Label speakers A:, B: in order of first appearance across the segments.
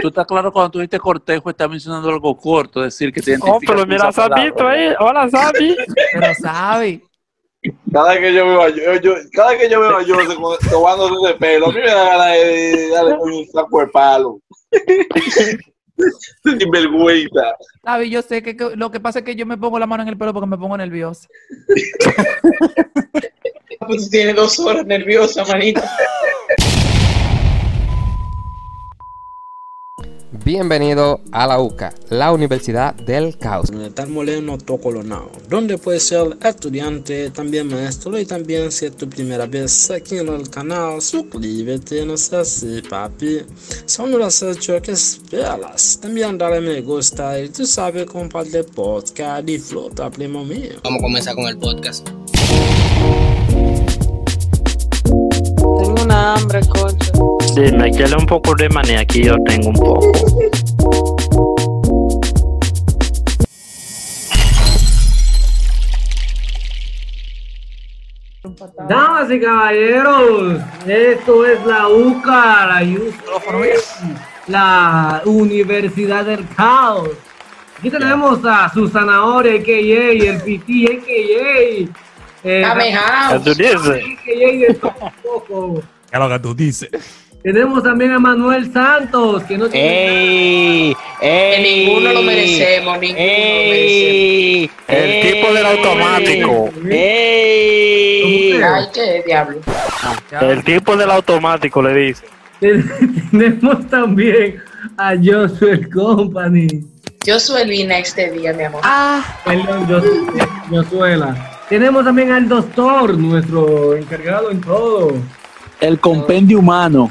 A: Tú estás claro cuando tú dijiste cortejo, está mencionando algo corto, decir que te
B: Oh,
A: identificas
B: pero
A: con
B: mira,
A: esa palabra.
B: Sabito
C: eh.
B: ahí. Hola, Sabi.
D: Pero sabe.
E: Cada que yo veo a yo, yo cada que yo veo a yo tomándose de pelo, a mí me da ganas de darle un saco de palo. Sinvergüenza.
D: Sabe, yo sé que, que lo que pasa es que yo me pongo la mano en el pelo porque me pongo nerviosa.
F: Pues tiene dos horas nerviosa, manito.
G: Bienvenido a la UCA, la Universidad del Caos.
H: en el Tal Moleno Tocolonao, donde puedes ser estudiante, también maestro y también si es tu primera vez aquí en el canal, suscríbete, no seas así papi. Si aún no lo has hecho, ¿qué esperas? También dale me gusta y tú sabes comparte el podcast, disfruta primo mío.
I: Vamos a comenzar con el podcast.
F: Tengo una hambre, coche.
B: Sí, me quiere un poco de maní aquí, yo tengo un poco.
J: Damas y caballeros, esto es la UCA, la, UCA, la Universidad del Caos. Aquí tenemos a su zanahoria, a.k.a., el pití, a.k.a., eh,
F: Dame house.
B: ¿Tú dices?
J: a.k.a. el Toco Poco.
K: ¿Qué es lo que tú dices?
J: Tenemos también a Manuel Santos, que no tiene
F: Que ninguno lo merecemos, ninguno
K: El tipo del automático.
J: eh. nada
F: lo merecemos. Ay,
J: con usted.
F: qué diablo.
B: El tipo del automático le dice.
J: Ten- Tenemos también a Joshua Company.
F: Yo soy Lina este día, mi amor.
D: Ah,
J: Perdón, Jos- Josuela. Tenemos también al doctor, nuestro encargado en todo.
A: El compendio humano.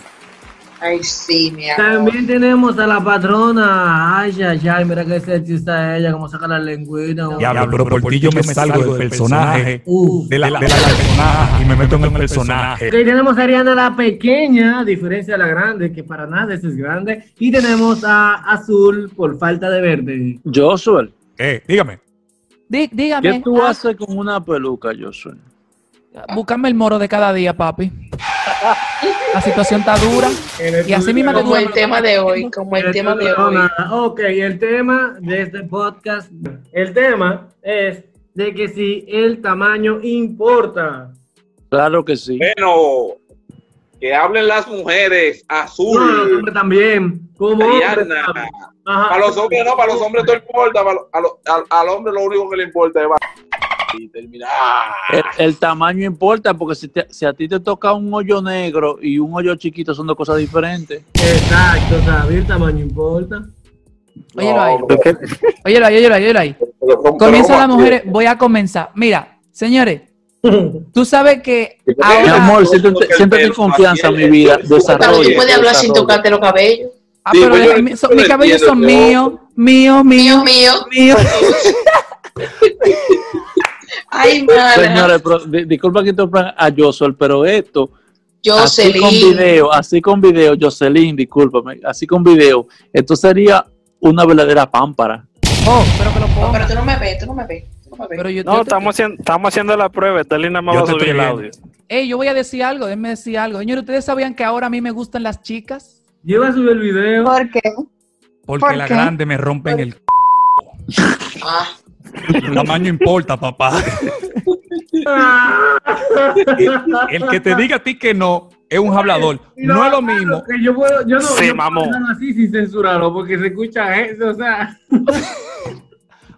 F: Ay, sí, mi amor.
J: También tenemos a la patrona. Ay, ay, ay, mira que sexy está ella, cómo saca la lengüina.
K: Diablo, pero por ti yo me salgo del personaje.
J: Uh.
K: De la, de la, personaje y me meto en el personaje.
J: Ok, tenemos a Ariana la pequeña, a diferencia de la grande, que para nada esa es grande. Y tenemos a Azul por falta de verde.
A: Joshua,
K: Eh, dígame.
D: dí- dígame.
A: ¿qué tú
D: ah,
A: haces con una peluca, Joshua?
D: Búscame el moro de cada día, papi. La situación está dura. Y así mismo que tú
F: Como el
D: hablas.
F: tema de hoy, como el tema de hoy.
J: Eh, Perdona. ah, Ok, el tema de este podcast, el tema es de que si el tamaño importa.
A: Claro que sí.
E: Bueno, que hablen las mujeres,
J: No, los
E: azul,
J: hombres también. Como hombres
E: Ariana.
J: también. Ajá.
E: A los hombres no, para los hombres todo importa, para lo- a lo- al, al hombre lo único que le importa es va- y terminar.
A: El, el tamaño importa porque si, te- si a ti te toca un hoyo negro y un hoyo chiquito son dos cosas diferentes.
J: Exacto, ¿sabes? El tamaño importa.
D: Óyelo ahí.
E: No, pero-
D: Óyelo ahí, óyelo ahí, óyelo ahí.
E: pero- pero
D: Comienza
E: ¿cómo
D: las
E: así?
D: mujeres. Voy a comenzar. Mira, señores, tú sabes que
E: Mi
A: Mi
D: ahora.
A: amor, siéntete, siéntete en confianza, mi vida.
F: Pero tú
A: Desarrolla.
F: puedes hablar sin
A: desarrolla.
F: tocarte los cabellos.
D: Ah,
E: Sí,
D: pero
E: pues yo-
D: mi- son-
E: yo
D: mis
E: lo
D: cabellos son míos,
E: entiendo,
D: míos,
F: Mío,
D: míos,
F: mío.
D: míos.
F: Ay, madre.
A: Señores, pero di- disculpa que interrumpa a Josuel, pero esto, así con
F: Jocelyn.
A: video, así con video, Jocelyn, discúlpame, así con video, esto sería una verdadera pámpara.
D: Oh, pero que lo
F: No, pero
D: ponga.
F: tú no me ves, tú no me ves. tú no me ves.
D: Pero yo,
B: No,
D: yo-
B: estamos haciendo, estamos haciendo la prueba. Esta Lina me
K: Yo
B: va a
K: te
B: subir
K: estoy
B: el
K: viendo.
B: audio.
D: Ey, yo voy a decir algo, déjenme decir algo. Señores, ¿ustedes sabían que ahora a mí me gustan las chicas?
J: Lleva a subir el video.
L: ¿Por qué?
K: Porque
L: ¿Por
K: la
L: qué?
K: grande me rompe en el. c-
F: Ah,
K: El tamaño importa, papá. El que te diga a ti que no es un hablador. No es lo mismo.
J: Que yo puedo, yo no,
B: Sí,
J: yo puedo
B: mamón.
J: hablarlo así sin censurarlo, porque se escucha eso, o sea.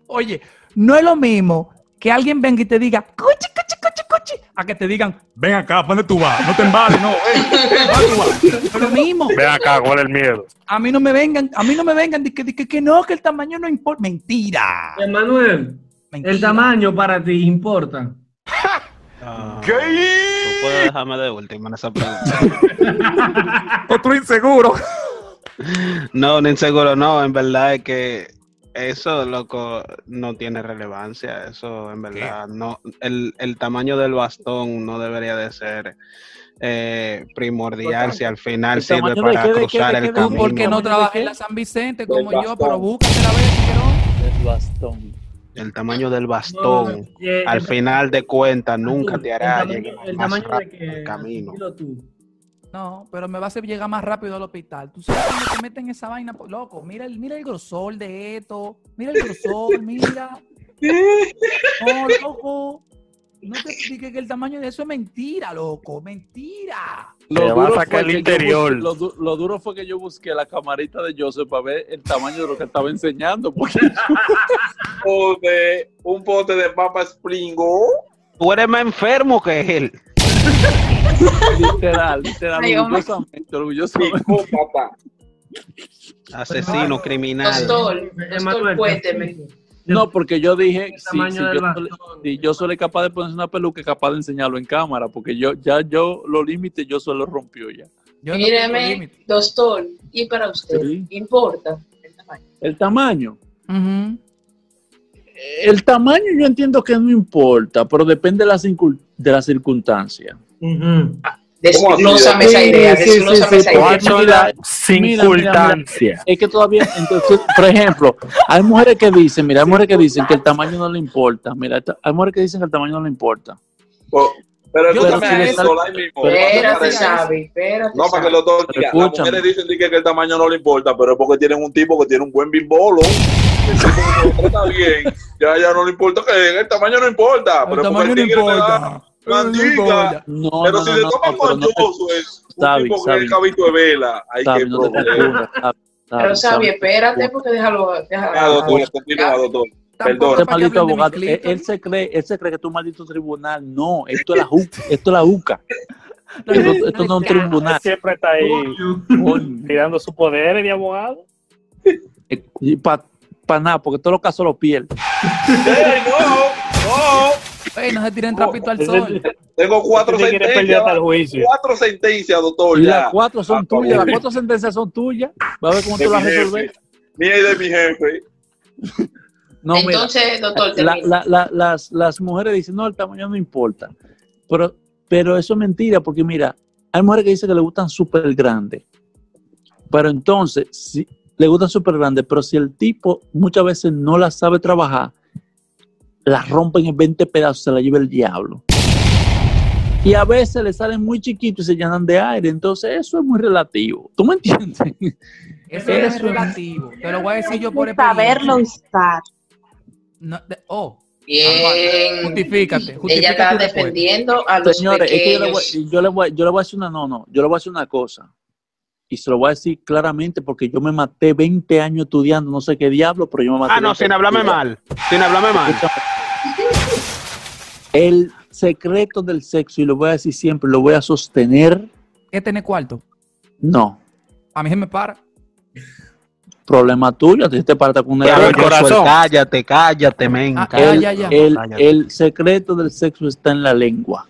D: Oye, no es lo mismo que alguien venga y te diga, cuchi, cuchi, cuchi, cuchi, a que te digan,
K: Ven acá, ¿para dónde tú vas? No te embales, no. eh, eh, ¿pa' dónde tú vas?
D: "No es lo mismo.
B: Ven acá, ¿cuál es el miedo?
D: A mí no me vengan, a mí no me vengan, di que, di que, que no, que el tamaño no importa. Mentira.
J: Manuel,
D: Mentira.
J: el tamaño para ti importa.
I: Tú puedes Ah, dejarme de última en esa pregunta.
K: Otro inseguro.
I: No, no inseguro, no. En verdad es que eso, loco, no tiene relevancia. Eso, en verdad, no. El, el tamaño del bastón no debería de ser eh, primordial si al final
A: ¿El tamaño
I: sirve
A: de
I: para
A: qué, de qué,
I: cruzar
A: de qué,
I: el
A: de qué?
D: Tú
I: camino.
D: porque no
A: Camino.
D: trabajas en la San Vicente como
E: Del
D: yo,
E: bastón.
D: pero búscate la vez, pero
A: El bastón.
I: El tamaño del bastón.
J: No, eh,
I: Al
J: el-
I: final de cuentas, nunca te hará
J: el tamaño-
I: llegar
J: el
I: más
J: tamaño de
I: rápido
J: que-
I: al camino.
J: dilo tú.
D: No, pero me va a hacer llegar más rápido al hospital. Tú sabes cómo te meten esa vaina, po- loco. Mira el, mira el grosor de esto. Mira el grosor, mira. No, loco. No te expliques que el tamaño de eso es mentira, loco. Mentira.
B: Te va a
A: duro
B: sacar
A: fue
B: el
A: que yo
B: interior.
A: bus- Lo, du- lo duro fue que yo busqué la camarita de Joseph para ver el tamaño de lo que estaba enseñando. Porque
E: pote, un pote de papa springo.
I: Tú eres más enfermo que él.
A: literal, literal,
F: Ay, hombre.
A: orgullosamente, orgullosamente.
E: Picó, papá.
I: Asesino, criminal.
F: Doctor, doctor,
J: Emanuel,
F: cuénteme.
A: No, porque yo dije, si,
J: tamaño
A: si
J: del
A: yo,
J: bastón.
A: si yo solo es capaz de ponerse una peluca, capaz de enseñarlo en cámara, porque yo ya yo los límites yo solo rompió ya.
D: Yo no tengo
F: Míreme,
D: límite.
F: doctor, y para usted,
A: Sí.
F: ¿importa el tamaño?
A: El tamaño.
D: Ujú.
A: El tamaño yo entiendo que no importa, pero depende de la, circun- de la circunstancia.
F: Desglósame esa idea,
A: Sí, sí, sí,
F: desglósame
A: sí,
F: esa idea.
B: ¿Cuáles son las
A: mira, mira.
B: circunstancias?
A: Es que todavía, entonces, por ejemplo, hay mujeres que dicen, mira, hay mujeres que dicen que el tamaño no le importa, mira, esta- hay mujeres que dicen que el tamaño no le importa.
E: Po- Oh, Pero
D: Yo
E: escúchame
A: también.
E: esto, ahí mismo.
A: Pero-
F: Espérate,
E: Parece-
F: Xavi, espérate.
E: No, para que
F: Xavi.
E: los dos
A: Pero
E: digan, las
A: escúchame.
E: mujeres dicen que el tamaño no le importa, pero es porque tienen un tipo que tiene un buen bimbolo. El tipo que lo trata bien. Ya, ya no le importa que el tamaño no importa.
D: El
E: Pero porque
D: tamaño
E: el
D: no
E: tigre te da
D: importa. No
E: Gandica.
D: importa.
A: No,
E: pero
A: no,
E: si
A: no,
E: se
A: no,
E: toman
A: pero no
E: con
A: te-
E: Josu, es un
A: Sabi,
E: tipo que
A: Sabi.
E: es cabito de vela. Hay que
A: Sabe, no te
E: problema.
A: confundas, sabe, sabe,
F: Pero Xavi,
A: sabe.
F: espérate, porque déjalo. déjalo
E: Ah, doctor, continúa, doctor.
D: Tampoco
A: Ese
D: es para que
A: maldito
D: hablen de mi
A: abogado, él,
D: clítoris.
A: él se cree, él se cree que es un maldito tribunal. No, esto es la, ju- esto es la UCA.
D: No,
A: Esto,
D: no,
A: esto no
D: no,
A: es un tribunal.
B: Siempre está ahí
A: Coño.
B: tirando su poder de abogado.
A: Para nada, porque todos los casos los pierde.
E: ¡Ey, no! ¡No!
D: Ey, no se
E: Oh,
D: tiren trapito al sol.
E: Tengo cuatro
B: Ese quiere perder
E: sentencias.
B: hasta el juicio.
E: Cuatro sentencias, doctor.
A: Y
E: ya.
A: las cuatro
E: Ah,
A: son tuyas,
E: por
A: las cuatro sentencias son tuyas. Va a ver cómo
E: De
A: tú
E: mi
A: las
E: jefe.
A: resolver.
E: Mía y de mi jefe.
A: No, mira.
F: Entonces, doctor,
A: la-
F: termina.
A: la- la- las, las mujeres dicen, no, el tamaño no importa. Pero, pero eso es mentira, porque mira, hay mujeres que dicen que le gustan súper grandes. Pero entonces, si le gustan súper grandes, pero si el tipo muchas veces no la sabe trabajar, la rompen en 20 pedazos, se la lleva el diablo. Y a veces le salen muy chiquitos y se llenan de aire. Entonces, eso es muy relativo. ¿Tú me entiendes?
D: Eso no es
A: Eso-
D: relativo. Te lo voy a decir yo por
L: saberlo
D: experiencia.
L: usar.
D: No, de- oh,
F: Bien.
D: justifícate.
F: Ella
D: justifícate
F: está
D: tu respuesta.
F: defendiendo a los
A: Señores, es que yo le, voy,
F: pequeños.
A: yo, le voy, yo le voy a decir una, no, no, yo le voy a decir una cosa. Y se lo voy a decir claramente porque yo me maté 20 años estudiando, no sé qué diablo, pero yo me maté.
I: Ah, no,
A: 20
I: sin hablarme
A: estudiando.
I: mal. Sin hablarme mal.
A: El secreto del sexo, y lo voy a decir siempre, lo voy a sostener,
D: ¿Qué tiene cuarto?
A: no.
D: A mí se me para.
A: Problema tuyo, a ti te parta con una
B: Claro,
A: llave.
B: el corazón.
I: Cállate, cállate, men.
D: Ah,
A: El-
I: cállate.
D: ya, ya.
A: el-
I: Cállate.
A: el secreto del sexo está en la lengua.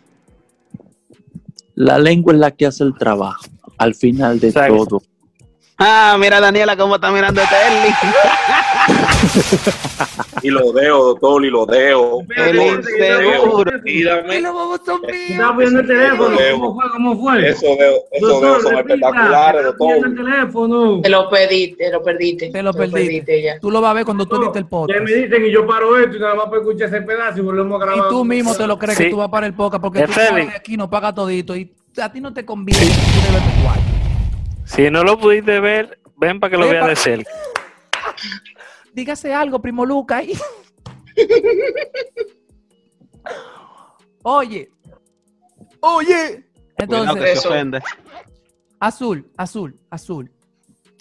A: La lengua es la que hace el trabajo al final de
B: Exacto.
A: todo.
I: Ah, mira Daniela cómo está mirando este Eli.
E: Y lo deo, doctor, y lo deo.
I: El inseguro.
E: Mírame.
D: los bobos son míos!
J: Está viendo el teléfono.
E: Leo.
J: ¿Cómo fue? ¿Cómo fue?
E: Esos dedos, esos dedos son
J: repita,
E: espectaculares,
J: está viendo el
E: doctor.
J: teléfono.
F: Te lo perdiste, te lo perdiste.
D: Te lo perdiste.
F: ya.
D: Tú lo vas a ver cuando tú edites el
J: Ya
D: podcast.
J: me dicen y yo paro esto y nada más para escuchar ese pedazo y volvemos a grabar.
D: Y tú mismo te lo crees
B: Sí. Eh,
D: que tú vas para el podcast porque tú
B: Ese
D: sales
B: de-
D: de aquí, no pagas todito y a ti no te conviene. Tú debes de cuarto.
B: Si no lo pudiste ver, ven para que lo
D: Ven
B: veas
D: pa-
B: de cerca.
D: Dígase algo, primo Luca. y- Oye. Oye.
I: Cuidado
D: Entonces,
I: que
F: eso.
I: se ofende.
D: azul, azul, azul.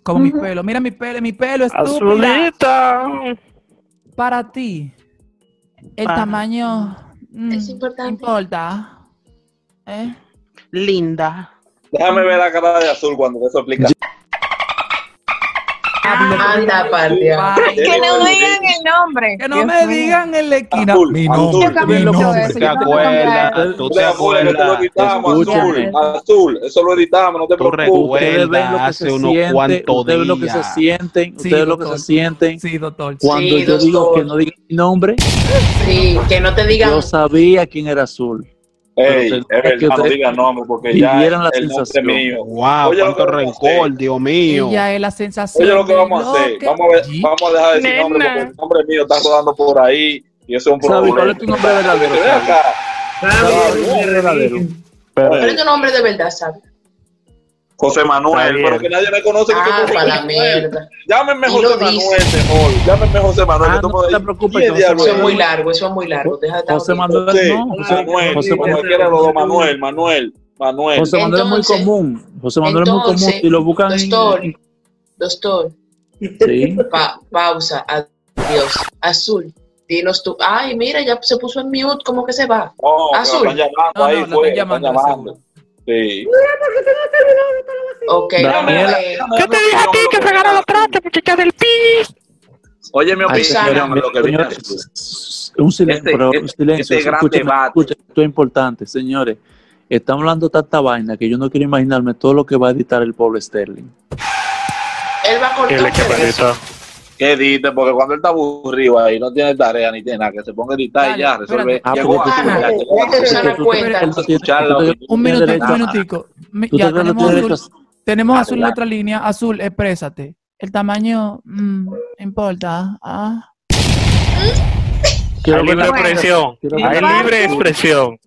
D: Como mi pelo. Mira mi pelo, mi pelo estúpida.
B: Azulita.
D: Para ti, el
B: Para-
D: tamaño mm,
F: Es importante.
D: importa. ¿Eh?
I: Linda.
E: Déjame ver la cara de azul cuando te explica.
F: Anda, patria.
D: Bye.
E: Yo-
L: Que no me digan el nombre.
D: Que no
L: Dios
D: me
L: mío.
D: digan en la esquina.
E: Azul,
K: Mi
E: azul.
K: nombre,
L: Yo también
K: mi
L: lo
K: nombre.
L: sé.
I: ¿Te acuerdas? ¿Tú te
E: Azul, pues, eso lo
I: acuerdas?
E: editamos, azul,
L: Escúchame.
E: azul, eso lo editamos, no te
I: Tú
E: preocupes.
A: Ustedes ven lo que
I: recuerdas
A: se
I: hace unos
A: siente,
I: cuantos
A: ustedes ven lo que se
I: días.
A: sienten,
D: Sí,
A: ustedes ven lo que se
D: doctor.
A: sienten.
D: Sí, doctor.
A: Cuando
F: Sí,
A: yo digo
F: doctor.
A: que no diga mi nombre,
F: Sí, que no te digan.
A: yo sabía quién era Azul.
E: Ey,
A: Pero
E: es
A: es que
E: verdad, no
A: ustedes
E: digas nombre porque ya
A: vivieran la
E: el nombre
A: sensación.
E: es mío.
I: Wow,
E: Oye,
I: cuánto
E: lo que vamos a
I: rencor, Dios mío.
D: Ella es la sensación.
E: Oye, lo que
D: del
E: vamos a hacer,
D: bloque.
E: vamos a, ver,
D: Sí.
E: vamos a dejar de decir nombre
B: Nena.
E: porque el nombre mío está rodando por ahí y eso es un
A: Sabi, ¿cuál
E: problema.
A: es tu nombre verdadero?
E: Ven
A: Sabi?
E: acá.
J: Sabe,
A: Sabe,
J: me
A: verdadero.
J: dicen.
F: Pero es tu nombre de verdad, ¿sabes?
E: José Manuel,
B: Está bien.
E: pero que nadie me conoce. que
F: Ah,
E: tú-
F: para la mierda.
E: Llámenme
F: Y
E: José
F: lo
E: Manuel
F: dice.
E: mejor. Llámenme José Manuel. que tú me dices, ¿quién diablo
F: Eso es
E: es?
F: muy largo, eso es muy largo. Deja de estar
A: José
F: hablando.
A: Manuel,
E: Sí,
A: no. José,
E: Manuel,
A: José Manuel,
E: cualquiera de los dos, Manuel, Manuel, Manuel.
A: José Manuel
F: Entonces-
A: es muy común. José Manuel es muy
F: Entonces,
A: común. Y lo buscan en-
F: Doctor, doctor,
A: Sí.
F: pa- pausa, adiós. Azul, dinos tú. Ay, mira, ya se puso en mute, ¿cómo que se va?
E: No, que
F: Azul.
E: la están llamando
D: No, no,
E: ahí,
D: la
E: fue,
D: están
E: la están
D: llamando,
E: llamando. Sí.
F: Ok,
A: Daniela.
F: eh,
E: ¿Qué te dije a ti que pegaron los trastes, muchacha del pis? Oye, mi
A: Ay,
F: Susana.
A: señores,
E: opinión, lo que viene
A: señores,
E: después.
A: s- un silencio,
E: Este-
A: pero un
E: este-
A: silencio.
E: este gran
A: escúcheme,
E: debate.
A: escúcheme, esto es importante, señores. Estamos hablando de tanta vaina que yo no quiero imaginarme todo lo que va a editar el pobre Sterling.
F: él va a
B: Él
F: cortar
B: es que
F: por eso.
B: perdió.
E: ¿Qué dices? Porque cuando él está aburrido ahí, no tiene tarea ni tiene nada, que se ponga a editar y
D: Dale,
E: ya, resuelve.
D: espérate.
A: Ah,
E: Llegó
A: porque tú-
E: Ana,
F: Ana,
E: llegó Ana.
F: Susana,
A: tú-
F: cuenta.
A: tú- tú- tú-
E: Escucharlo.
A: tú- tú-
D: Un minutico, un
A: tú-
D: minutico. Mi-
A: tú-
D: Ya
A: tú- tú-
D: tenemos
A: tú-
D: azul. Tenemos azul en la
E: Adelante.
D: otra línea. Azul, exprésate. El tamaño, mm, importa. Ah.
A: quiero
B: Hay libre
A: ver la-
L: Bueno.
B: expresión.
A: quiero ver
B: Hay
A: la-
B: libre expresión.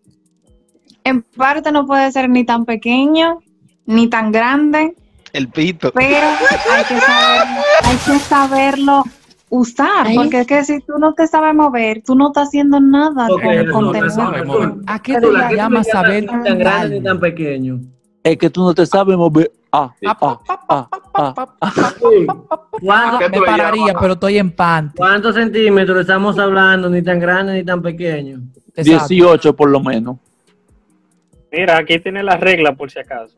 L: En parte no puede ser ni tan pequeño, ni tan grande,
I: El pito.
L: pero hay que, saber, hay que saberlo usar.
F: Ay.
L: Porque es que si tú no te sabes mover, tú no estás haciendo nada
J: Ok,
L: con el
J: no, no,
L: contenido.
J: no, no, no.
D: ¿A qué te
J: Cédula,
D: le
J: ¿qué tú
D: llamas
J: le
D: saber?
J: ni tan grande ni tan pequeño?
A: Es que tú no te sabes mover. Ah,
E: Sí.
A: ah, ah, ah.
J: ¿Cuánto-
E: ¿Qué
D: Ah, Me
E: tú le
D: pararía,
E: llamas?
D: pero estoy en panty.
J: ¿Cuántos centímetros estamos hablando? Ni tan grande ni tan pequeño.
D: Exacto.
A: 18 por lo menos.
B: Mira, aquí tiene la regla por si acaso.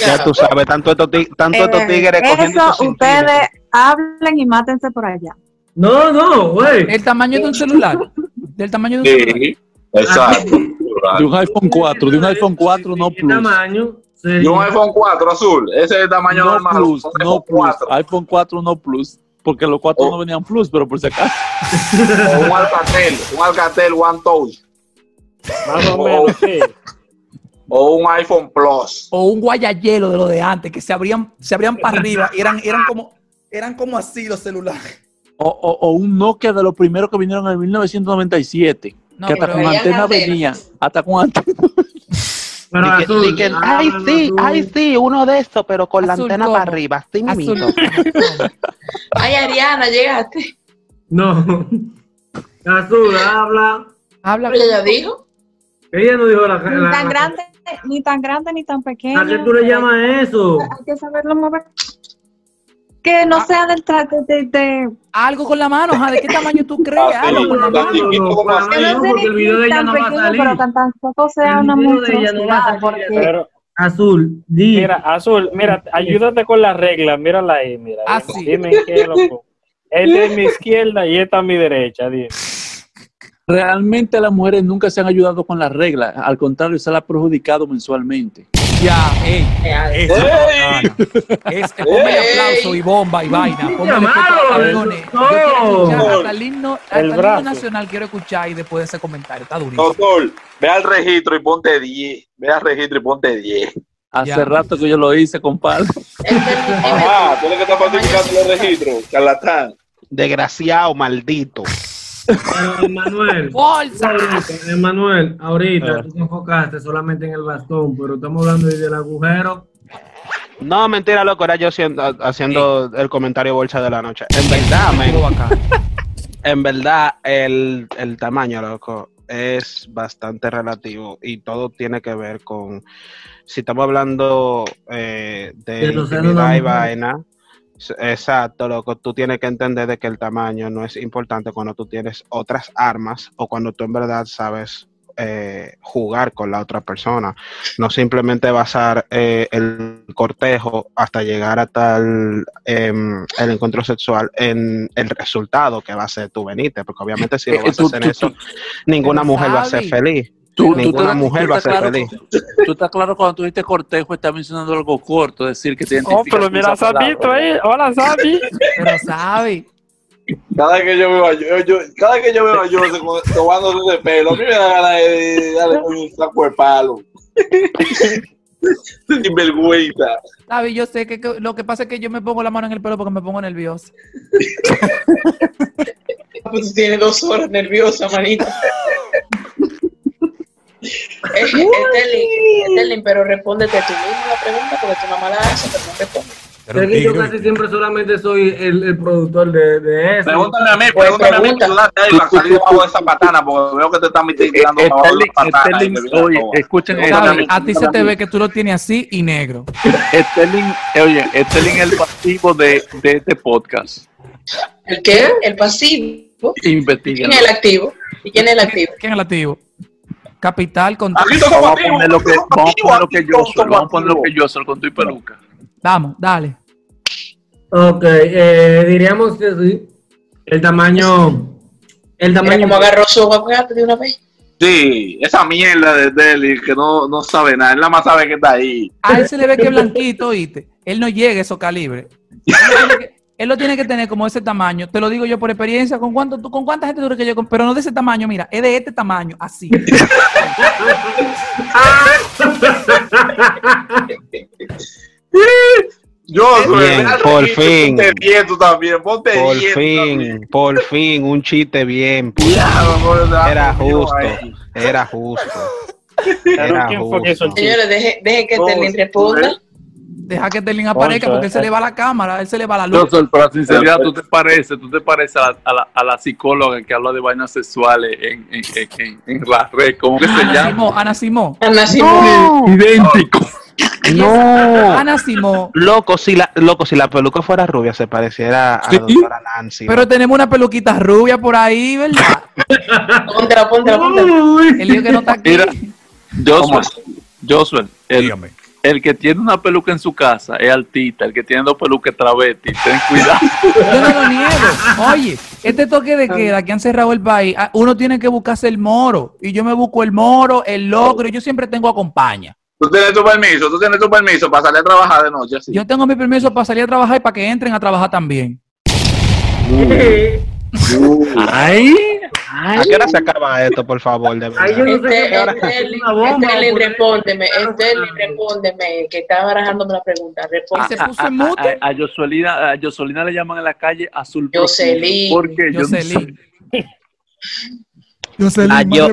I: Ya tú sabes, tanto estos tig- tanto estos
L: Eh,
I: tigres cogiendo
L: eso
I: esos centímetros.
L: ustedes hablen y mátense por allá.
J: No, no, güey.
D: El tamaño de un celular. Del tamaño de un celular.
E: Sí, exacto. Ah.
A: De un iPhone 4, de un iPhone 4 no
J: ¿Qué
A: plus.
J: tamaño?
E: Y
J: sería?
E: un iPhone 4 azul, ese es el tamaño
A: No
E: normal.
A: plus,
E: un
A: no
E: iPhone
A: plus.
E: 4.
A: iPhone 4 no plus. Porque los 4
E: Oh.
A: no venían plus, pero por si acaso.
E: O un Alcatel, un Alcatel One Touch.
B: Oh.
E: o, o un iPhone Plus.
D: O un guayayelo de lo de antes, que se abrían, se abrían para arriba. y Eran, eran como. Eran como así los celulares.
A: O, o- o un Nokia de los primeros que vinieron en el 1997.
D: No,
A: que hasta
D: pero
A: con
F: veían
A: antena
F: antena.
A: venía. Hasta con antena.
J: Pero
I: Di que- di
J: azul.
I: que,
J: ah,
I: ay,
J: no,
I: sí,
J: azul.
I: ay, sí, uno de estos, pero con la
D: Azul,
I: antena
D: ¿cómo?
I: para arriba, así mismo.
D: Azul. no.
F: Ay, Ariana, llegaste.
J: No. Azul, habla.
D: Habla.
F: Pero ella ya dijo.
J: Ella no dijo la
L: Ni
J: la-
L: tan grande, ni tan grande, ni tan pequeño.
J: ¿A qué tú le llamas eso?
L: Hay que saberlo mover. Que
J: Ah.
L: no sea del trato de, de-
D: Algo con la mano, ajá, ¿de qué tamaño tú crees?
E: Así,
D: Algo con la
J: no,
D: mano.
E: así,
J: no,
E: como
J: no,
E: así.
L: Que no
J: no,
L: sea
J: porque el
L: ni
J: video de ella
L: tan
J: no va a
L: pequeño,
J: salir.
L: pero tan- tampoco sea
J: El
L: una
J: video de ella no va a
L: monstruosidad.
J: salir.
L: porque
B: Pero,
J: Azul, di.
B: mira, Azul, mira, ayúdate con la regla. Mírala ahí, mira.
D: Ah,
B: Dime,
D: sí.
B: Dime qué loco. Esta es mi izquierda y esta es mi derecha. Dime.
A: Realmente las mujeres nunca se han ayudado con las reglas. Al contrario, se las ha perjudicado mensualmente.
D: Ya, ey.
F: Eh,
K: Eso,
E: ¡Ey!
D: Es, ponme el
F: Ey.
D: aplauso y bomba y vaina. Ponme
J: llamaron,
D: Yo quiero escuchar
E: doctor.
D: hasta el himno, hasta
B: El
D: el himno
B: brazo.
D: nacional quiero escuchar y después de ese comentario. Está durísimo.
E: Doctor, ve al registro y ponte 10. Ve al registro y ponte 10.
A: Hace
D: Ya.
A: rato que yo lo hice, compadre.
F: él terminó.
E: Ajá, tú eres que estás falsificando los registros, charlatán.
I: Desgraciado, maldito.
J: Pero, Emanuel.
D: Bolsa.
J: ahorita, Emanuel, ahorita tú te enfocaste solamente en el bastón, pero estamos hablando hoy del agujero.
I: No, mentira, loco, era yo siendo- haciendo el comentario bolsa de la noche. En verdad, men, en verdad, el, el tamaño, loco, es bastante relativo y todo tiene que ver con, si estamos hablando eh, de
J: De los senos de
I: intimidad
J: la
I: y
J: mujer.
I: vaina, s- exacto, loco, tú tienes que entender de que el tamaño no es importante cuando tú tienes otras armas o cuando tú en verdad sabes eh, jugar con la otra persona, no simplemente basar eh, el cortejo hasta llegar hasta el, em, el encuentro sexual en el resultado que va a ser tu venite, porque obviamente si
A: Eh,
I: lo vas a
A: tú-
I: hacer
A: tú-
I: eso,
A: tú-
I: ninguna
D: tú
I: mujer va a ser
D: sabes.
I: feliz.
A: Tú- tú
I: ninguna
A: estás-
I: mujer
A: tú
I: va a
A: estás
I: ser
A: claro
I: feliz.
A: cu- Tú estás claro cuando tú dijiste cortejo, estás mencionando algo corto, decir que te
B: Oh,
A: identificas
B: pero
A: con
B: mira,
A: esa palabra.
B: Sabito eh. ahí. Hola, Sabi.
D: Pero sabe.
E: Cada vez que yo veo a yo, yo- cada vez que yo veo a yo se- con- tomándose de pelo, a mí me da ganas de darle con un saco de palo. Sin vergüenza.
D: Sabe, yo sé que, que lo que pasa es que yo me pongo la mano en el pelo porque me pongo nerviosa.
F: Pues tiene dos horas nerviosa, manita. Estelín, pero respóndete tú mismo la pregunta porque tu mamá la hace, pero no responde.
J: Pero es que yo casi siempre solamente soy el, el productor de, de eso.
E: Pregúntame a mí,
A: Pues
E: pregúntame a mí, tú date ahí para salir bajo esa patana, porque veo que te están metiendo bajo la patana.
A: Eh, Sterling, oye, eh, escuchen
D: Tú sabes, a ti se te ve que tú lo tienes así y negro.
A: Sterling, oye, Sterling es el pasivo de, de este podcast.
F: ¿El qué? El pasivo.
A: Investiguen.
F: ¿Quién es el activo? ¿Y quién es el activo?
D: ¿Quién es el activo? Capital con
A: Vamos a poner lo que, vamos a poner lo que yo soy, vamos a poner lo que yo soy con tu y peluca.
D: Vamos, dale.
J: Ok, eh, diríamos que sí. El tamaño. El
F: Mira
J: tamaño.
F: cómo agarró su abogado de una vez.
E: Sí, esa mierda de Deli que no, no sabe nada, él nada más sabe que está ahí.
D: A él se le ve que es blanquito, oíste. Él no llega a esos calibres. Él lo, tiene que, él lo tiene que tener como ese tamaño. Te lo digo yo por experiencia. ¿Con cuánto tú, con cuánta gente tú crees que yo? con- Pero no de ese tamaño, mira, es de este tamaño, así.
E: Yo,
I: Bien, por fin.
E: Ponte bien tú también, ponte
I: Por
E: bien.
I: fin, por fin, un chiste bien. Era justo, era justo. Era justo.
F: Señores, deje, deje que Estelín responda.
D: Deja que Telín aparezca porque él se le va la cámara, él se le va la luz.
A: Entonces, para sinceridad, ¿tú te pareces, tú te pareces a la, a la, a la psicóloga que habla de vainas sexuales en, en, en, en, en la red? ¿Cómo que se
D: Ana
A: llama?
D: Simó, Ana Simó.
F: Ana
A: No, idéntico.
I: No,
D: Ana Simó.
I: loco, si la, loco, si la peluca fuera rubia, se pareciera a la doctora Nancy.
D: Pero tenemos una peluquita rubia por ahí, ¿verdad?
F: Póntela, póntela, póntela.
D: El lío que no está aquí.
A: Mira, Josué, Josué, el, el que tiene una peluca en su casa es altita, el que tiene dos pelucas es travesti, ten cuidado.
D: Yo no lo niego. Oye, este toque de queda que han cerrado el país, ah, uno tiene que buscarse el moro. Y yo me busco el moro, el logro. y Yo siempre tengo acompaña.
E: Tú tienes tu permiso, tú tienes tu permiso para salir a trabajar de noche. Así.
D: Yo tengo mi permiso para salir a trabajar y para que entren a trabajar también.
A: Ay,
I: ¿A qué hora se acaba esto, por favor? De verdad?
J: Ay, yo no sé
F: Este,
J: qué ahora-
F: Estelín,
J: una bomba,
F: Estelín,
J: por-
F: respóndeme, Estelín, respóndeme, que está barajándome la pregunta.
D: se
F: Respóndeme.
D: puso en mute.
A: A, a Josuelina, a Josuelina le llaman en la calle azul.
F: Jocelyn.
A: ¿Por qué? Yo no sé.
D: Jocelyn. Jocelyn,
B: La yo,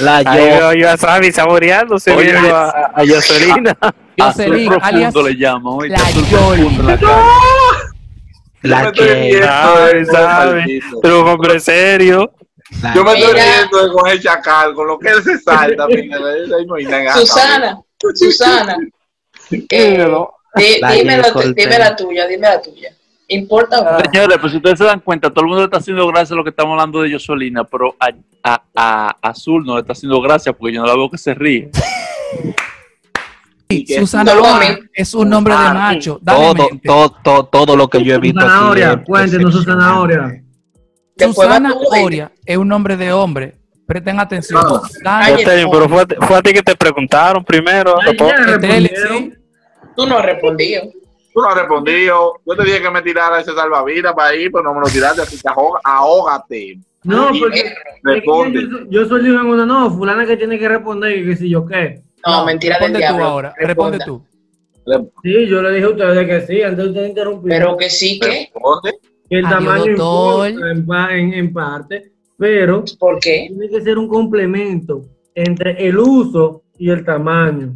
B: la yo. yo, a Sabi saboreándose
A: Oye,
B: viendo a, a Jocelina.
A: Azul
D: Jocelyn, alias
A: profundo le llaman. oíste,
D: la
A: azul
D: Yoli.
A: profundo en la calle.
E: Yo me
I: La
E: estoy
I: que.
E: viendo.
B: Sabe, sabe. Pero un hombre serio.
I: la-
E: Yo me estoy
F: Mira.
E: riendo de con el chacal, con lo que él se salta. mira, ahí Ah, no hay nada.
F: Susana, Susana. eh, di-
I: La
F: dime, la, tu-
I: Yesol,
F: dime la tuya, dime la tuya. ¿Importa o no?
A: Señores, pues si ustedes se dan cuenta, todo el mundo le está haciendo gracia a lo que estamos hablando de Josolina, pero a, a- a Azul no le está haciendo gracia porque yo no la veo que se ríe.
D: Susana
F: Salome.
D: Gómez es un nombre de macho. Dale
I: Todo,
D: mente.
I: todo, todo, todo lo que yo he visto. aquí
J: Zanahoria,
I: es
J: cuéntenos su
I: decepcionante.
J: zanahoria.
F: Después va
D: Susana
F: tú, dime.
D: Oria es un nombre de hombre. Presten atención.
F: Ay,
D: Dale,
B: Jocelyn, pero fue a, ti- fue a ti que te preguntaron primero.
J: Ay,
B: ¿no?
J: ya
D: Estelín,
J: respondieron.
D: sí.
F: Tú no has respondido.
E: Tú no has respondido. Yo te dije que me tirara ese salvavidas para ir, pero no me lo tiraste, así que ahoga- ahógate.
J: No,
E: Y
J: porque
E: Responde.
J: yo- yo soy libre en uno, no, fulana que tiene que responder y que si yo qué.
F: No, mentira del
D: Responde tú
F: diablo.
D: ahora. Responde
F: Responda.
D: tú.
J: Sí, yo le dije a ustedes que sí, antes de ustedes interrumpir.
F: Pero que sí, que.
E: Responde.
J: que el
D: Adiós,
J: tamaño
D: doctor.
J: importa en, pa- en- en parte, pero
F: ¿Por qué?
J: tiene que ser un complemento entre el uso y el tamaño.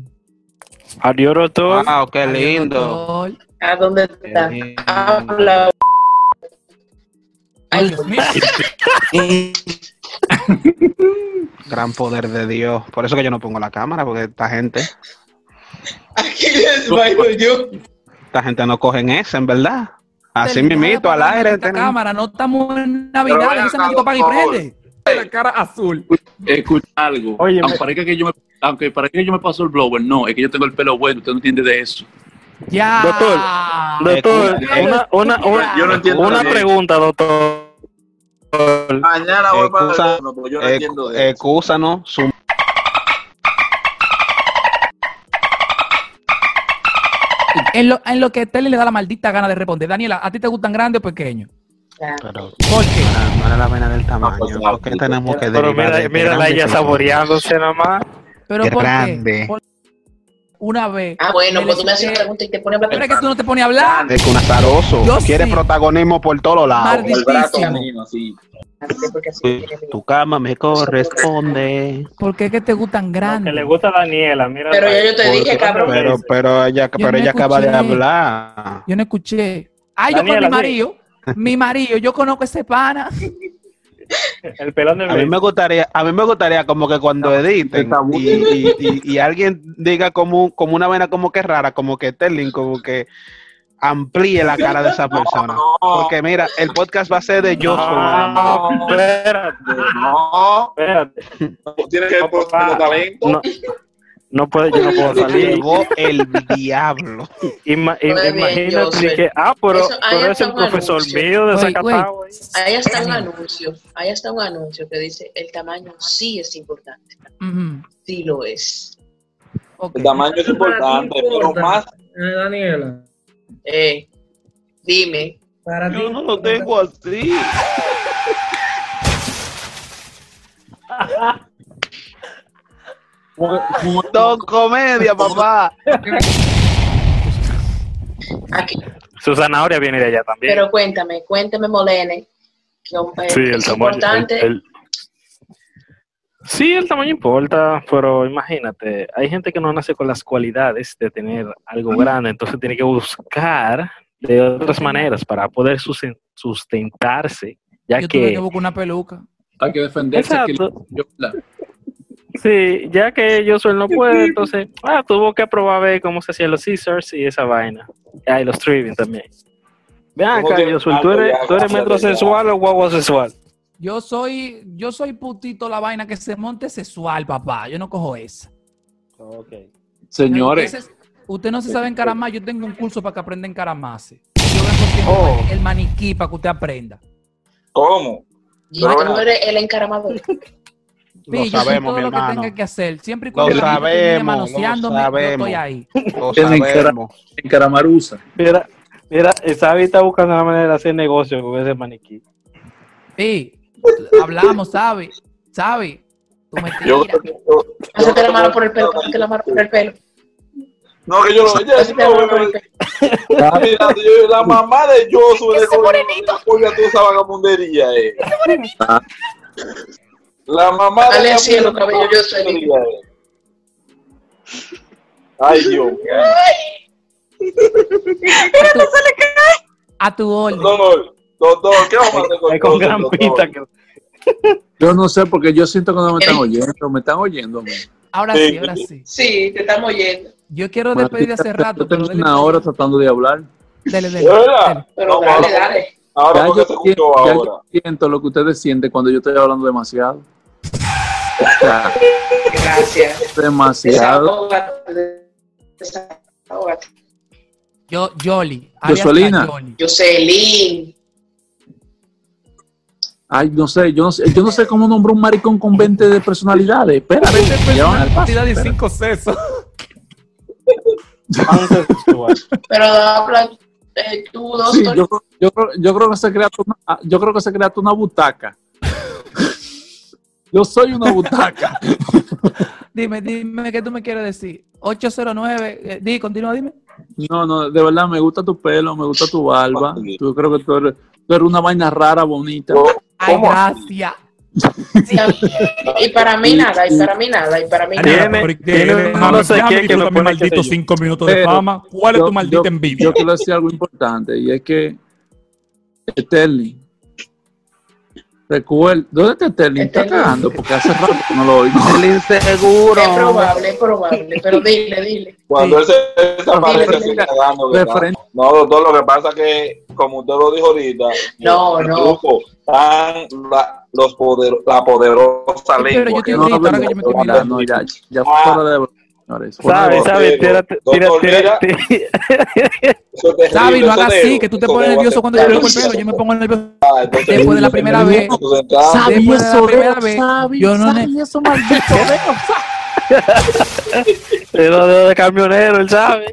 B: Adiós, Rotor.
I: Wow, qué lindo.
D: Doctor.
F: ¿A dónde está?
I: Qué lindo.
F: Habla.
D: Ay,
F: Ay,
D: Dios mío.
I: Gran poder de Dios. Por eso que yo no pongo la cámara, porque esta gente,
F: aquí les bailo yo.
I: esta gente no cogen esa, en verdad. Así
D: Deja de
I: mismito, al
D: apagar
I: aire.
D: esta
I: tenemos-
D: cámara, no estamos en
E: Pero
D: Navidad,
E: ven
D: ahí se
E: acá,
D: me dijo apaga y
E: por favor.
D: prende. La cara azul.
A: Escucha algo.
B: Oye,
A: aunque, parezca que yo me, aunque parezca que yo me paso el blower, no, es que yo tengo el pelo bueno, usted no entiende de eso.
D: Ya.
B: Doctor,
I: Ah,
B: Doctor,
I: Escucha,
B: una,
I: eh,
B: una, una,
E: Yo no entiendo
B: una
E: de-
B: pregunta, doctor.
E: Mañana voy para el
I: Excusa-
E: horno, porque
I: eh,
E: yo no entiendo de eso.
I: Excúsanos, su
D: En lo, en lo que Tele le da la maldita gana de responder. Daniela, ¿a ti te gustan grandes o pequeños?
I: pero
D: ¿Por qué?
I: no era la pena del
E: Ah,
I: tamaño.
E: pues,
I: ¿Por qué tenemos que
B: Pero
I: derivar
B: mira,
I: de
B: mira la
I: grande
B: ella
I: pequeño?
B: saboreándose nada más.
D: ¿Pero
I: Qué
D: por
I: grande.
D: qué? ¿Por una vez.
F: Ah, bueno,
D: me
F: pues tú me haces
D: lesioné-
F: una pregunta y te pones a hablar.
D: Pero es que tú no te pones a hablar.
I: Es que un azaroso.
D: Yo
I: Quiere
D: sí.
I: protagonismo por todos lados.
D: Maldito.
I: Tu cama me corresponde.
D: ¿Por qué es que te gustan grandes?
C: le gusta a Daniela, mira.
F: Pero yo- yo te
I: Por-
F: dije, cabrón.
I: Pero, pero ella,
D: Yo
I: pero
D: no
I: ella acaba de
D: escuché.
I: hablar.
D: Yo no escuché. Ay, yo con
C: Daniela,
D: mi
C: sí.
D: marido. Mi marido, yo conozco ese pana.
F: pues.
C: El pelón del
I: A mí
C: mes.
I: me gustaría, a mí me gustaría como que cuando editen y, y- y- y alguien diga como, como una vaina como que rara, como que este link, como que amplíe la cara de esa persona. Porque mira, el podcast va a ser de yo
C: No, espérate.
E: No,
C: espérate.
E: Tienes que poner talento.
C: No, no puedo, yo no puedo salir.
I: Llegó el diablo.
C: Ima- im-
F: Muy Pues bien,
C: imagínate
F: Josué.
C: que, ah, pero,
F: Eso, ahí
C: pero es
F: está
C: el
F: un
C: profesor
F: anuncio.
C: mío de
D: Güey, güey.
C: Zacatau.
F: Ahí está un anuncio. Ahí está un anuncio que dice: el tamaño sí es importante.
D: Ujú,
F: Sí lo es.
D: ok.
E: El tamaño es importante, pero más
J: Eh, Daniela.
F: Eh, dime.
J: Para ti.
I: lo tengo así. Don comedia, papá.
F: Aquí.
C: Su zanahoria viene de allá también.
F: Pero cuéntame, cuéntame, Molene. que, eh,
C: sí, el
F: es
C: tamaño.
F: importante.
C: el- el- Sí, el tamaño importa, pero imagínate, hay gente que no nace con las cualidades de tener algo grande, entonces tiene que buscar de otras maneras para poder susten- sustentarse, ya
D: Yo tuve que
C: que
D: buscar una peluca.
M: Hay que defenderse. que
C: Exacto.
M: yo- la-
C: Sí, ya que yo soy no puede, entonces, ah, tuvo que probar a ver cómo se hacían los scissors y esa vaina. Ah, y los tripping también. Vean
E: Como
C: acá,
E: que-
C: Josué, ¿tú eres, tú eres metrosexual o guagua sexual?
D: Yo soy, yo soy putito la vaina que se monte sexual, papá. Yo no cojo esa.
A: Señores,
D: Ustedes usted no se sabe encaramar. Yo tengo un curso para que aprenda a encaramarse. Yo vengo haciendo ma- el maniquí para que usted aprenda.
E: ¿Cómo?
F: Y tú no eres el encaramador.
D: Sí, yo soy
I: sabemos,
D: todo
I: mi
D: lo que
I: hermano.
D: tenga que hacer. Siempre y
I: Lo
D: cuando la gente termine
I: sabemos, lo
D: manoseándome, yo
I: sabemos.
D: estoy ahí.
I: Lo
A: en
I: sabemos.
A: Encaramarusa.
C: Mira, mira, Xavi está buscando la manera de hacer negocio con ese maniquí.
D: Sí, hablamos, ¿sabe? ¿Sabe? Tú me
E: Yo,
D: tiras.
E: yo-
F: Hazte la mano por el pelo, hazte la mano por el pelo.
E: no, que yo lo veía.
F: Hazte la mano por el pelo.
E: Mira, yo- la mamá de Josué de Oiga, toda esa vagabundería, eh.
A: Ah.
E: La mamá
F: Dale
E: de
F: así a los
E: Josué,
F: cabellos, yo soy
E: vagabundería, eh. Ay, Dios. mío.
D: A tu orden.
E: Doctor, doctor, ¿qué vamos a hacer
C: Es con
E: Josué,
C: gran
E: doctor?
C: pita que
A: Yo no sé porque yo siento que no me están oyendo, me están oyendo. a mí.
D: Ahora
E: Sí,
D: sí, ahora sí.
F: Sí, te estamos oyendo.
D: Yo quiero despedir hace rato,
A: Yo
D: pero
A: tengo
D: dele,
A: una hora tratando de hablar.
D: dele, dele,
E: ¿De verdad?
D: dele.
F: Pero
E: No,
F: dale,
E: ahora-
F: dale.
E: Ahora
A: Ya
E: porque
A: yo,
E: se
A: siento,
E: escuchó
A: ya
E: ahora.
A: yo siento lo que ustedes sienten cuando yo estoy hablando demasiado. O sea,
F: Gracias.
A: demasiado.
F: Desahógate. Desahógate.
D: Yo, Yoli. alias
A: Yosolina.
D: la Yoli.
F: Jocelyn.
A: Ay, no sé, yo no sé, yo no sé cómo nombró un maricón con 20 de personalidades. Espera,
K: Vete
A: ya van
K: personal
A: al paso,
K: cantidad de
A: espera.
K: cinco sesos.
C: pansexual.
F: Pero habla eh, tú,
A: Sí,
F: doctor.
A: yo, creo- yo creo- yo creo que se crea una, ah, yo creo que se crea una butaca. Yo soy una butaca.
D: Dime, dime, ¿qué tú me quieres decir? 809, eh, di, continúa, dime.
A: No, no, de verdad me gusta tu pelo, me gusta tu barba. Yo creo que tú eres, tú eres una vaina rara, bonita.
D: Ay,
E: ¿Cómo?
D: gracias.
F: Y para mí nada, y para mí nada, y para mí nada.
K: Tiene,
C: Tiene-
K: tiene,
C: tiene- no sé qué que
K: que
C: no
K: no
C: pone qué
K: maldito
C: sé yo.
K: cinco minutos de
A: Pero
K: fama. ¿Cuál es
A: yo-
K: tu maldita
A: yo-
K: envidia?
A: Yo quiero decir algo importante y es que Sterling, recuerda, ¿dónde está Sterling? Está
F: Sterling.
A: cagando porque hace rato que no lo oigo.
I: El inseguro.
F: Es probable, es probable, pero dile, dile.
E: Cuando él se desaparece,
A: Mira,
E: se
A: mira,
E: está dando,
A: de
E: ¿verdad?
A: frente.
E: No, doctor, lo que pasa es que, como usted lo dijo ahorita,
F: No,
E: el
F: no.
E: grupo, están la, los poder, la poderosa
D: Sí,
E: lengua.
D: pero yo estoy
E: que
A: No,
D: ahorita,
E: habla
D: ahora que yo me estoy
E: la
A: Ya,
D: mirando.
E: lengua.
A: no, ya, ya
E: Ah.
A: fuera de señores. fuera de-
C: Sabe, sabe,
E: Doctor,
C: tírate,
E: doctor,
C: tírate,
E: mira.
C: tírate.
E: Eso es terrible,
D: Sabi, no
E: eso
D: hagas
E: debo,
D: así, que tú te
E: eso
D: pones
E: debo
D: nervioso cuando yo te
E: aceptar.
D: toco el pelo. Yo me pongo nervioso
E: Ah, entonces,
D: después de la primera vez.
E: entonces, ah,
D: Sabe, Después de la primera vez,
A: Sabi,
D: yo no
A: Sabi,
D: ne-
A: eso maldito dedo,
C: Te lo dejo de camionero, él sabe.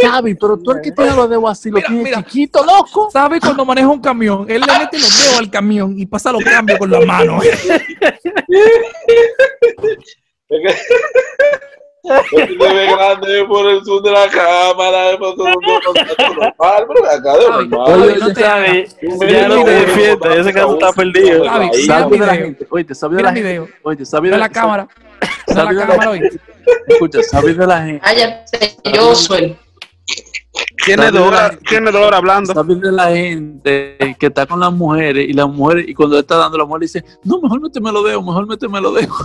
A: Sabi, pero tú el que tiene los dedos así, lo
D: Mira,
A: tienes
D: mira.
A: chiquito, loco.
D: ¿Sabes cuando maneja un camión? Él le mete los dedos al camión y pasa los cambios con la mano.
E: Es que- Este se ve grande por el zoom de la cámara. es por todo el mundo, es normal, pero acá de normal.
C: Oye, no te hagas. Ya no te defiendes, ese caso está perdido.
A: Javi,
C: Sabe
A: sabe de la
C: video.
A: gente. Oye, te sabe de la
C: Mira el
A: gente.
C: video.
A: Oye, te sabe
C: Ve la cámara.
A: Ve la cámara hoy. Escucha, sabe de la gente.
F: Cállate, Ah, yo soy.
A: Tiene dolor, tiene dolor hablando. Sabe de la gente que está con las mujeres y las mujeres, y cuando está dando la mujer, dice: No, mejor no te me lo dejo, mejor no te me lo dejo.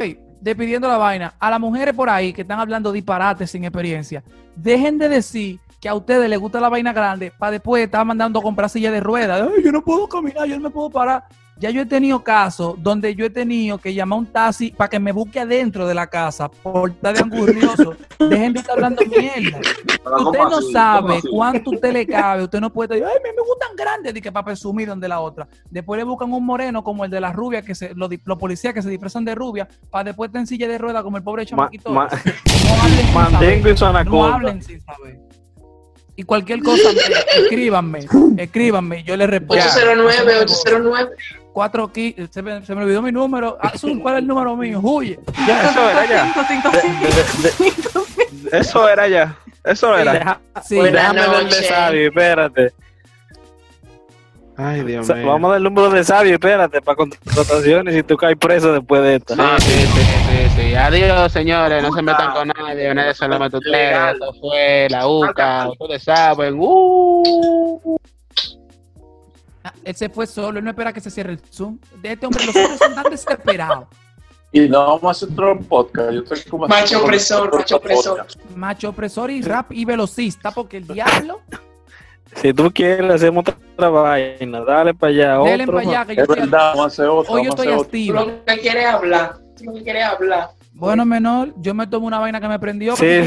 D: Ey, despidiendo la vaina, a las mujeres por ahí que están hablando disparates sin experiencia, dejen de decir que a ustedes les gusta la vaina grande para después estar mandando a comprar silla de ruedas. Ay, yo no puedo caminar, yo no me puedo parar. Ya yo he tenido casos donde yo he tenido que llamar a un taxi para que me busque adentro de la casa por estar de angurrioso. Dejen de estar hablando mierda.
E: ¿cómo
D: Usted no
E: así? ¿Cómo
D: sabe
E: así?
D: cuánto usted le cabe. Usted no puede decir, ay, me, me gustan grandes, de que para presumir donde la otra. Después le buscan un moreno como el de las rubias, que se, los, di- los policías que se disfrazan de rubia, para después estar en silla de ruedas como el pobre chamaquito.
C: ma-
D: no hablen sin
C: Mantengo y su
D: saber. No
C: anaconda.
D: hablen sin saber. Y cualquier cosa, me- escríbanme, escríbanme, yo le respondo.
F: 809, 809.
D: 4 se me, se me olvidó mi número. Azul, ¿cuál es el número mío? Huye.
I: Ya, eso era ya. Eso era ya. Eso era.
D: Sí. Buenas
C: Déjame darle
D: noches.
C: sabio, espérate.
I: Ay, Dios
C: Sa-
I: mío.
C: Vamos del número de sabio, espérate, para contrataciones y tú caes preso después de esto.
D: Ah.
M: Sí, sí, sí, sí. Adiós, señores. No se metan con nadie. Nadie se lo mete a ustedes. Eso fue la UCA. Ustedes saben. Uh.
D: Ah, Él se fue solo, él no espera que se cierre el Zoom. De este hombre, los hombres son tan desesperados.
N: Y no vamos a hacer otro podcast. Yo estoy como
D: Macho opresor,
N: otro
D: macho opresor.
N: podcast.
D: Macho opresor y rap y velocista, porque el diablo.
C: Si tú quieres, hacemos otra vaina. Dale para allá.
D: Dele
C: otro
D: pa' allá,
C: más.
D: que yo Es estoy- verdad,
N: vamos a hacer otro,
D: Hoy yo estoy activo.
F: Lo que quiere hablar. Lo que quiere hablar.
D: Bueno, menor, yo me tomo una vaina que me prendió.
C: Sí.